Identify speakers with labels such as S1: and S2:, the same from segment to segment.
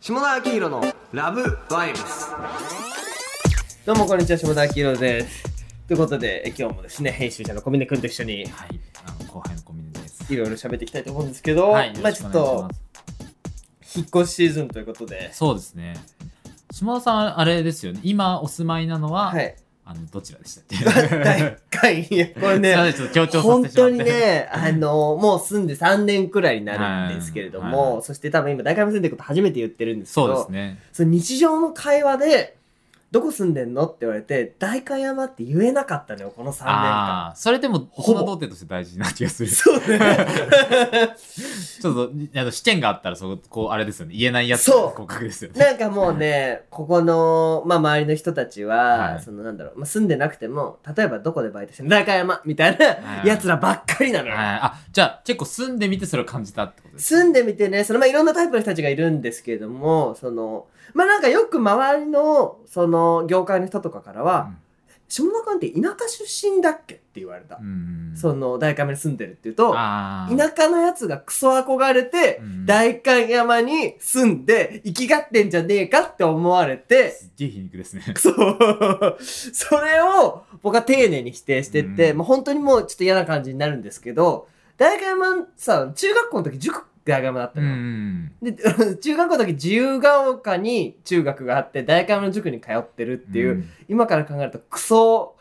S1: 下田明宏のラブバイブス
S2: どうもこんにちは、下田明宏です。ということで、え今日もですね、編集者の小峰君と一緒に
S3: はい、あの後輩のコミュニティです。
S2: いろいろ喋っていきたいと思うんですけど、
S3: はい、
S2: ま
S3: よ
S2: あ
S3: ろし
S2: ち
S3: く
S2: ょっ
S3: お
S2: と
S3: 願いしま、す
S2: 引っ越しシーズンということで、
S3: そうですね。島田さん、あれですよね。今お住まいなのは、
S2: はい。
S3: あのどちらでした っ
S2: 第
S3: け
S2: 1回、いや、これ
S3: すいませ
S2: ね、
S3: んちょっと強調
S2: 本
S3: させてしま
S2: 当
S3: っ
S2: に
S3: て。
S2: ね、あの、もう住んで3年くらいになるんですけれど
S3: はいはい
S2: も、
S3: は
S2: そして多分今、大会も住んでること初めて言ってるんですけ
S3: そ
S2: ど、
S3: うですね。
S2: その日常の会話で、どこ住んでんのって言われて、代官山って言えなかったのよ、この3年間。
S3: ああー、それでも、
S2: ほ
S3: ほ
S2: ぼ
S3: ぼ童貞として大事な気がする。ち
S2: そう ね。
S3: ょっと、あの試験があったら、そこ、こう、あれですよね。言えないやつ
S2: そう
S3: の告白ですよね。
S2: なんかもうね、ここの、まあ、周りの人たちは、
S3: はい
S2: そのなんだろう、まあ、住んでなくても、例えばどこでバイトしてる中山みたいな
S3: はい
S2: やつらばっかりなの
S3: はい
S2: よ。
S3: あ、じゃあ、結構住んでみてそれを感じたってことです
S2: 住んでみてね、そのまあいろんなタイプの人たちがいるんですけれども、その、まあなんかよく周りの、その業界の人とかからは、下田君って田舎出身だっけって言われた。
S3: うん。うん
S2: その、大山に住んでるって言うと、
S3: あー
S2: 田舎のやつがクソ憧れて、
S3: うん
S2: 代官山に住んで、生きがってんじゃねえかって思われて、
S3: すっげえ皮肉で すね。
S2: そう。それを僕は丁寧に否定してって、
S3: うん
S2: もう本当にもうちょっと嫌な感じになるんですけど、大学山さん、中学校の時塾大学山だった
S3: う
S2: の。
S3: ん。
S2: で、 中学校の時自由が丘に中学があって、大学山の塾に通ってるっていう、
S3: ん
S2: 今から考えるとクソ、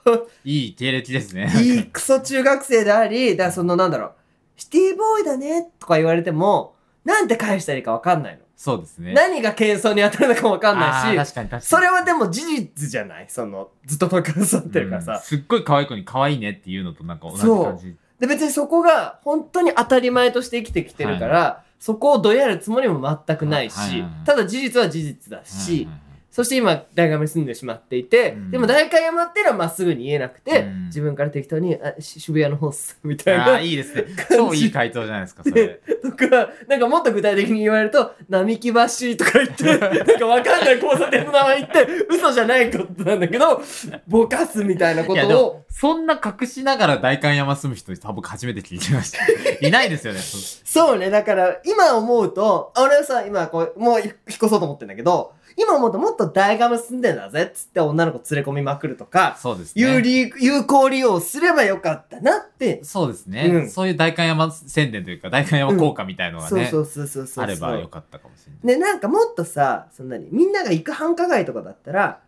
S3: いい経歴ですね。
S2: い いクソ中学生であり、だからそのなんだろう、シティボーイだねとか言われても、なんて返したらいいかわかんないの。
S3: そうですね。
S2: 何が謙遜に当たるのかもわかんないし、
S3: あー確かに確かに。
S2: それはでも事実じゃないその、ずっと時からさってるから
S3: うん
S2: さ。
S3: すっごい可愛い子に可愛いねっていうのとなんか同じ
S2: そう
S3: 感じ。
S2: で、別にそこが本当に当たり前として生きてきてるから、そこをどやるつもりも全くないし、
S3: はいはいはい
S2: ただ事実は事実だし、
S3: はいはいはい
S2: そして今、大学に住んでしまっていて、
S3: うん
S2: でも大会山っていうのはまっすぐに言えなくて、
S3: うん
S2: 自分から適当に、あ、し渋谷の方っす、みたい
S3: ああ
S2: な
S3: ー、。い いですね。
S2: じ
S3: 超いい回答じゃないですか、それ。
S2: とか、なんかもっと具体的に言われると、並木橋とか言って、なんかわかんない交差点の名前言って、嘘じゃないことなんだけど、ぼかすみたいなこ
S3: いや、で
S2: とを
S3: も、、そんな隠しながら代官山住む人、多分初めて聞きました。い ないですよね。そ
S2: そうね、だから、今思うと、あ俺はさ、今こう、もう引っ越そうと思ってんだけど、今思うともっと大学住んでんだぜ、つって女の子連れ込みまくるとか、
S3: そうです
S2: 有
S3: ね。
S2: 利、有効利用すればよかったなって、
S3: そうです
S2: う
S3: ね。
S2: ん
S3: そういう代官山宣伝というか、代官山効果みたいのが
S2: そう
S3: ね
S2: そ、うそうそうそう。
S3: あればよかったかもしれない。
S2: ね、なんかもっとさ、そんなに、みんなが行く繁華街とかだったら、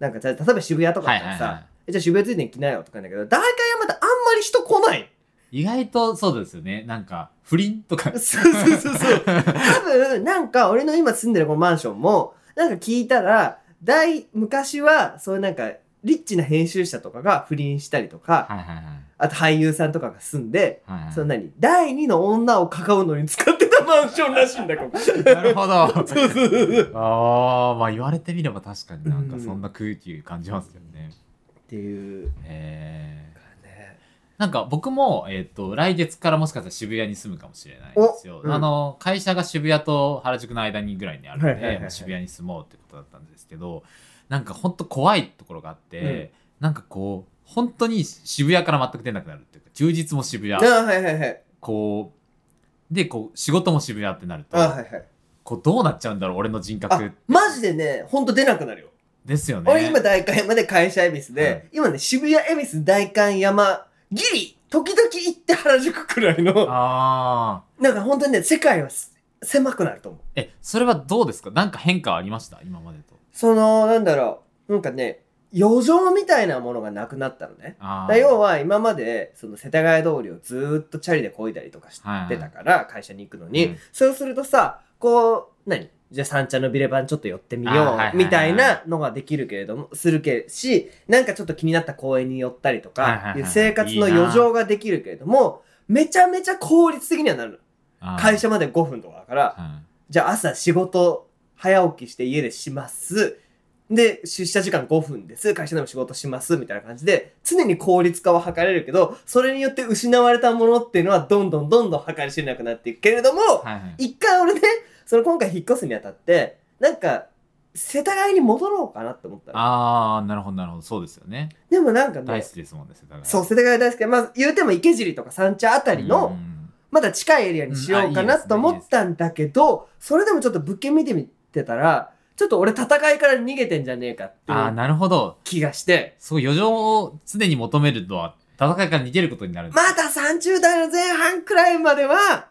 S2: なんかじゃあ例えば渋谷とかだ
S3: はい
S2: った
S3: は
S2: ら
S3: い
S2: さ、
S3: は
S2: えじゃあ渋谷ついて行きなよとかなんだけど、大会山ってあんまり人来ない。
S3: い。意外とそうですよね。なんか、不倫とか。
S2: そうそうそうそう。多分、なんか俺の今住んでるこのマンションも、なんか聞いたら、大、昔は、そういうなんか、リッチな編集者とかが不倫したりとか、
S3: はいはいはい
S2: あと俳優さんとかが住んで、
S3: はいはい。
S2: その何第二の女を囲うのに使ってたマンションらしいんだ、ここ。そう
S3: なるほど。
S2: そうそうそう。
S3: ああ、まあ言われてみれば確かになん
S2: う
S3: か
S2: ん
S3: そんな空気感じますよね。
S2: っていう。
S3: えー
S2: ね
S3: なんか僕も、えっ、と、来月からもしかしたら渋谷に住むかもしれないんですよ。
S2: おうん
S3: あの、会社が渋谷と原宿の間にぐらいにあるの
S2: はいはいはい
S3: で、
S2: はい
S3: まあ渋谷に住もうってことだったんですけど、なんか本当怖いところがあって、なんかこう、本当に渋谷から全く出なくなるっていうか、休日も渋
S2: あ
S3: 谷、
S2: ーはいはいはい。
S3: こう、で、こう、仕事も渋谷ってなると
S2: あ、ーはいはい。
S3: こう、どうなっちゃうんだろう、俺の人
S2: あ
S3: 格。、
S2: マジでね、ほんと出なくなるよ。
S3: ですよね。
S2: 俺今代官山で会社恵比寿で、
S3: はい
S2: 今ね渋谷恵比寿代官山ギリ時々行って原宿くらいの
S3: ああ。
S2: なんか本当にね世界はす狭くなると思う
S3: え、それはどうですかなんか変化ありました今までと。
S2: そのなんだろうなんかね余剰みたいなものがなくなったのね
S3: あ
S2: だ
S3: ー
S2: から要は今までその世田谷通りをずーっとチャリで漕いだりとかして
S3: はいはい
S2: たから会社に行くのに、
S3: うん
S2: そうするとさこう何じゃあ三茶のビレバンちょっと寄ってみ
S3: あー
S2: よ
S3: はいはいは
S2: う
S3: い
S2: みたいなのができるけれどもするけしなんかちょっと気になった公園に寄ったりと
S3: はいはい
S2: か
S3: はい
S2: いう生活の余剰ができるけれどもめちゃめちゃ効率的にはなるの
S3: あー
S2: 会社まで5分とかだから
S3: うん
S2: じゃあ朝仕事早起きして家でします。で、出社時間5分です。会社でも仕事します。みたいな感じで、常に効率化は図れるけど、それによって失われたものっていうのはどんどんどんどん計り知れなくなっていくけれども、
S3: はいはい。
S2: 一回俺ね、その今回引っ越すにあたって、なんか、世田谷に戻ろうかなって思ったの。
S3: あー、なるほど、なるほど。そうですよね。
S2: でもなんか
S3: 大
S2: ね
S3: 好、きですもんね、世田谷。
S2: そう、世田谷大好きで。まあ、言うても池尻とか三茶あたりの、
S3: うん
S2: まだ近いエリアにしようか
S3: うんあいい
S2: な
S3: ですね
S2: と思ったんだけど、それでもちょっと物件見てみってたら、ちょっと俺戦いから逃げてんじゃねえかってい
S3: ああ、
S2: う
S3: なるほど。
S2: 気がして、
S3: そう、余剰を常に求めるのは、戦いから逃げることになるんです
S2: まだ30代の前半くらいまでは、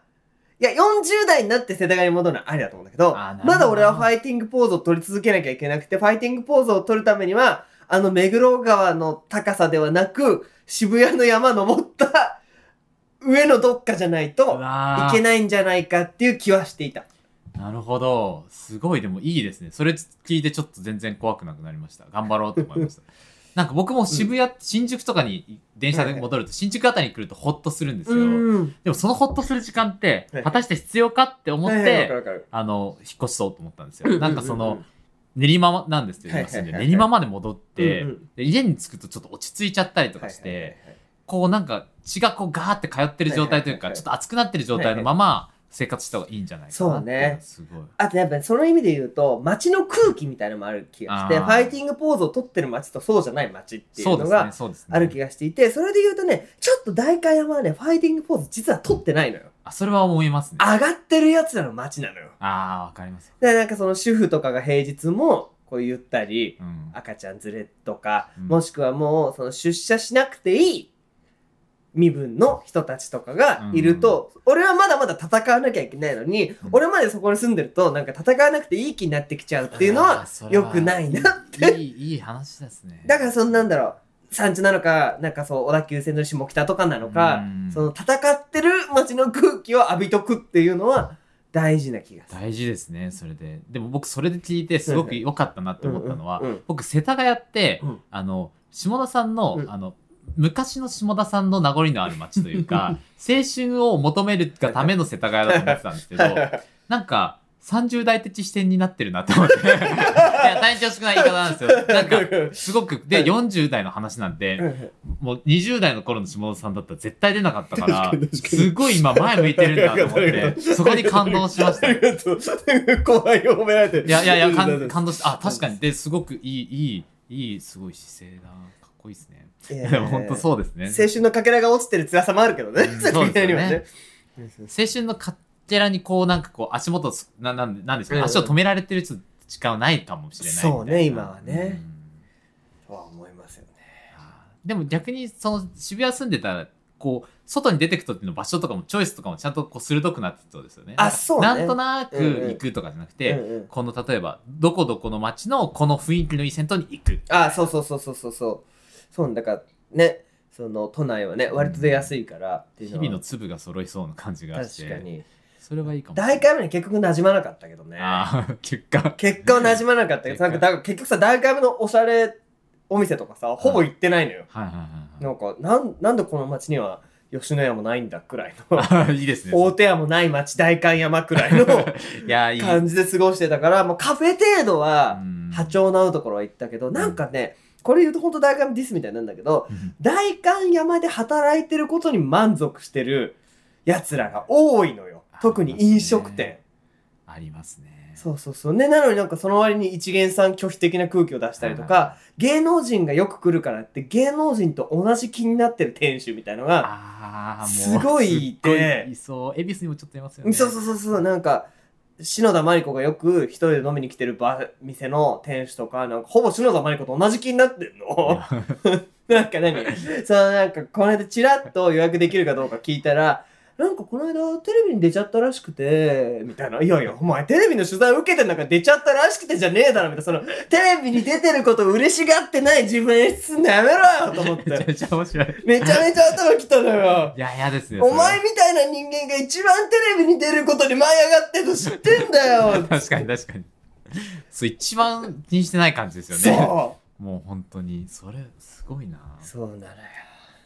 S2: いや、40代になって世田谷に戻るのはありだと思うんだけど
S3: あーなるほど
S2: まだ俺はファイティングポーズを取り続けなきゃいけなくて、ファイティングポーズを取るためには、あの目黒川の高さではなく、渋谷の山登った上のどっかじゃないうとい
S3: わー
S2: けないんじゃないかっていう気はしていた。
S3: なるほど。すごい、でもいいですね。それ聞いてちょっと全然怖くなくなりました。頑張ろうと思い ました。なんか僕も渋谷、新宿とかに電車で戻ると、新宿あたりに来るとホッとするんですよ。
S2: うん。
S3: でもそのホッとする時間って
S2: はい、
S3: 果たして必要かって思っ
S2: はいはいわか
S3: て、
S2: るわかる
S3: あの、引っ越しそうと思ったんですよ。なんかそ
S2: うんうんう
S3: の
S2: ん、
S3: 練馬なんですけど、今住ん
S2: はいはい
S3: で
S2: はいはい
S3: 練馬まで戻って
S2: うんうん、
S3: で家に着くとちょっと落ち着いちゃったりとかし
S2: はいはい
S3: て、こうなんか血がこうガーって通ってる状態とい
S2: はいはいはい
S3: うか、
S2: はい
S3: ちょっと熱くなってる状態のまま生活した方がいいんじゃないかなっていのが
S2: そうね
S3: すごい。
S2: あとやっぱりその意味で言うと、街の空気みたいなのもある気がして、
S3: あ
S2: フ
S3: ー
S2: ァイティングポーズを取ってる街とそうじゃない街ってい
S3: そううで
S2: の
S3: す
S2: が
S3: ね、そうですね。
S2: ある気がしていて、それで言うとね、ちょっと代官山はね、ファイティングポーズ実は取ってないのよ。
S3: あ、それは思いますね。あ
S2: 上がってる奴らの街なのよ。
S3: あー、わかります。
S2: で、なんかその主婦とかが平日も、こう言ったり、
S3: うん。
S2: 赤ちゃん連れとか、
S3: うん
S2: もしくはもう、その出社しなくていい身分の人たちとかがいると、俺はまだまだ戦わなきゃいけないのに、
S3: うん。
S2: 俺までそこに住んでると、なんか戦わなくていい気になってきちゃうっていうのは、良くないいな
S3: それはいい、いい話ですね。
S2: だからそんなんだろう産地なのかなんかそう小田急線の下北とかなのか、
S3: うん
S2: その戦ってる街の空気を浴びとくっていうのは大事な気がする。
S3: 大事ですね、それで。でも僕、それで聞いて、すごく良かったなって思ったのは
S2: うんうんうん、
S3: 僕、世田谷って
S2: うん、
S3: あの、下田さんの
S2: う、ん
S3: あの、昔の下田さんの名残のある街というか、青春を求めるがための世田谷だと思ってたんですけど、なんか、30代的視点になってるなと 思って。いや、大変恐縮な言い方なんですよ。なんか、すごく、で、40代の話なんて、もう20代の頃の下田さんだったら絶対出なかったから
S2: 確かに、確かに
S3: すごい今前向いてるんだと思っ
S2: わかる
S3: て、そこに感動しました。い
S2: がとう。後輩を褒められ てる
S3: やいやいや、感
S2: い
S3: 感動した。あ、確かに。で、すごくいい、いい、いい、すごい姿勢だ。かっこいいですね。
S2: やい
S3: で
S2: や
S3: も本当そうですね。
S2: 青春のかけらが落ちてる辛さもあるけどね。
S3: うんそうですよね
S2: そうそう
S3: 青春のカッテラにこう、なんかこう、足元す、な、なんなんですかね、
S2: うん
S3: 足を止められてるちょっと時間はないかもしれないみたいな。
S2: そうね今はね
S3: うん
S2: そうは思いますよね。
S3: あーでも逆にその渋谷住んでたらこう外に出てく時の場所とかもチョイスとかもちゃんとこう鋭くなってきそうですよね。
S2: あ
S3: なんか
S2: そうね
S3: なんとなく行くとかじゃなくて、
S2: うんうん
S3: この例えばどこどこの街のこの雰囲気のいい銭湯に行く。
S2: あそうそうそうそうそうそうそうなんだからねその都内はね割と出やすいからっていう
S3: 日
S2: は
S3: 々の粒が揃いそうな感じがして
S2: 確かに
S3: それはいいかもしれない
S2: 大回目に結局なじまなかったけどね
S3: あー 結果
S2: 結果はなじまなかったけ
S3: 結
S2: ど
S3: 果
S2: なんかだから結局さ大回目のおしゃれお店とかさほぼ行ってないのよ、
S3: はいはい
S2: なんかなんなんでこの町には吉野家もないんだくらいの
S3: はいはい いいですね。
S2: 大手屋もない町代官山くらいの
S3: いやい い。
S2: 感じで過ごしてたからもうカフェ程度は
S3: うん
S2: 波長の合うところは行ったけどなんかねこれ言うと本当大官ディスみたいになるんだけど代官山で働いてることに満足してる奴らが多いのよ。特に飲食店。
S3: ありますね。
S2: そうそうそう。ね、なのになんかその割に一元さん拒否的な空気を出したりとか、芸能人がよく来るからって芸能人と同じ気になってる店主みたいのが、
S3: ああ
S2: すごいいて
S3: いそう恵比寿にもちょっといますよ
S2: そう
S3: ね。
S2: そうそうそう、なんか、篠田麻里子がよく一人で飲みに来てるバー店の店主とか、なんかほぼ篠田麻里子と同じ気になってんの。 なんか何そのなんかこの間チラッと予約できるかどうか聞いたらなんかこの間テレビに出ちゃったらしくてみたいな「いやいやお前テレビの取材受けてんだから出ちゃったらしくてじゃねえだろ」みたいなそのテレビに出てること嬉しがってない自分演出すんのやめろよと思っ
S3: めちゃ
S2: て
S3: めちゃ面白い。
S2: めちゃめちゃ頭きたのよ
S3: いや、嫌ですね。
S2: お前みたいな人間が一番テレビに出ることに舞い上がってるの知ってんだ
S3: それ
S2: よ
S3: は確かに確かに。そう、一番気にしてない感じ ですよね。
S2: そ
S3: もう本当に、それ、すごいな
S2: う。そうなのよ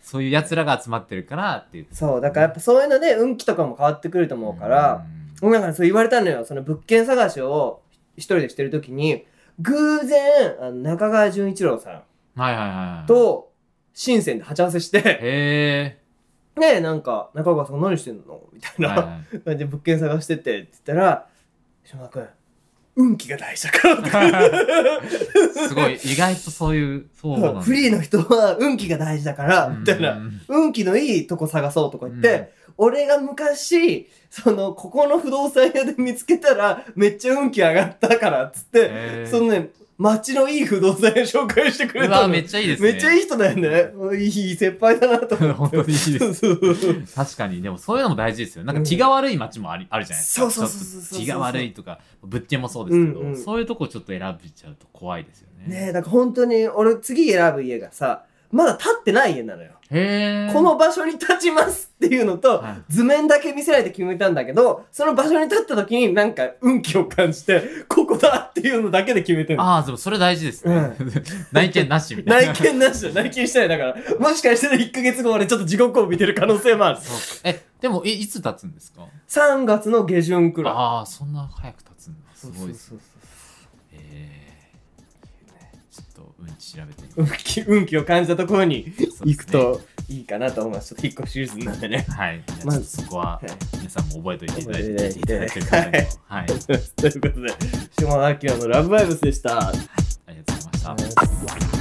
S3: そういう奴らが集まってるからっていう。
S2: そうだからやっぱそういうので運気とかも変わってくると思うから、俺なんかそう言われたのよ。その物件探しを一人でしてるときに、偶然、あの中川純一郎さ
S3: うん、はいはいはいは
S2: ん
S3: い。
S2: と、深センで鉢合わせして、
S3: へ
S2: ねなんか、中川さん何してんのみたい
S3: え。はい
S2: な
S3: はい
S2: 感じで物件探してて、って言ったら、島田君、運気が大事だからって
S3: すごい、意外とそういう、そうなんだ
S2: フリーの人は運気が大事だから、みたい。
S3: う
S2: な。
S3: ん
S2: 運気のいいとこ探そうとか言って、俺が昔、その、ここの不動産屋で見つけたら、めっちゃ運気上がったから、っつって、
S3: へー
S2: そのね、街のいい不動産屋紹介してくれ
S3: う
S2: た
S3: わ、
S2: の。
S3: めっちゃいいですね。
S2: めっちゃいい人だよね。いい先輩だなと思って。
S3: 本当にいいです
S2: そうそうそう
S3: 確かに、でもそういうのも大事ですよ。なんか血が悪い街もあり、あるじゃないですか。
S2: そうそうそうそう
S3: ちょっと血が悪いとか、物件もそうですけど、
S2: うんうん
S3: そういうとこちょっと選びちゃうと怖いですよね。
S2: ねえ、だから本当に、俺次選ぶ家がさ、まだ建ってない家なのよ。
S3: へー
S2: こ、の場所に立ちますっていうのと、
S3: はい
S2: 図面だけ見せられて決めたんだけど、その場所に立った時になんか運気を感じて、ここだっていうのだけで決めてる。
S3: ああ、でもそれ大事ですね。
S2: う
S3: 内見なしみたいな。
S2: 内見なしだ、内見したいだから。もしかしたら1ヶ月後までちょっと地獄を見てる可能性もある。
S3: そうかえ、でも、え、いつ経つんですか
S2: 3月の下旬くら
S3: ああ、そんな早く経つんだ。
S2: い。
S3: すごいです
S2: そ
S3: ね。
S2: うそう
S3: えーちょっとうんち調べてみ
S2: そう運気、運気を感じたところに
S3: ます
S2: 行く。といいかなと思います。ちょっと引っ越しシーズンなんでね。
S3: はい。じゃあ
S2: まず
S3: ちょっとそこは
S2: はい
S3: 皆さんも覚えておいていただい
S2: 覚え
S3: て
S2: て
S3: い
S2: いた
S3: ただ
S2: だい
S3: い
S2: て
S3: てるためのはい。
S2: ということで、下田明のラブバイブスでした。
S3: ありがとうございました。
S2: Yes.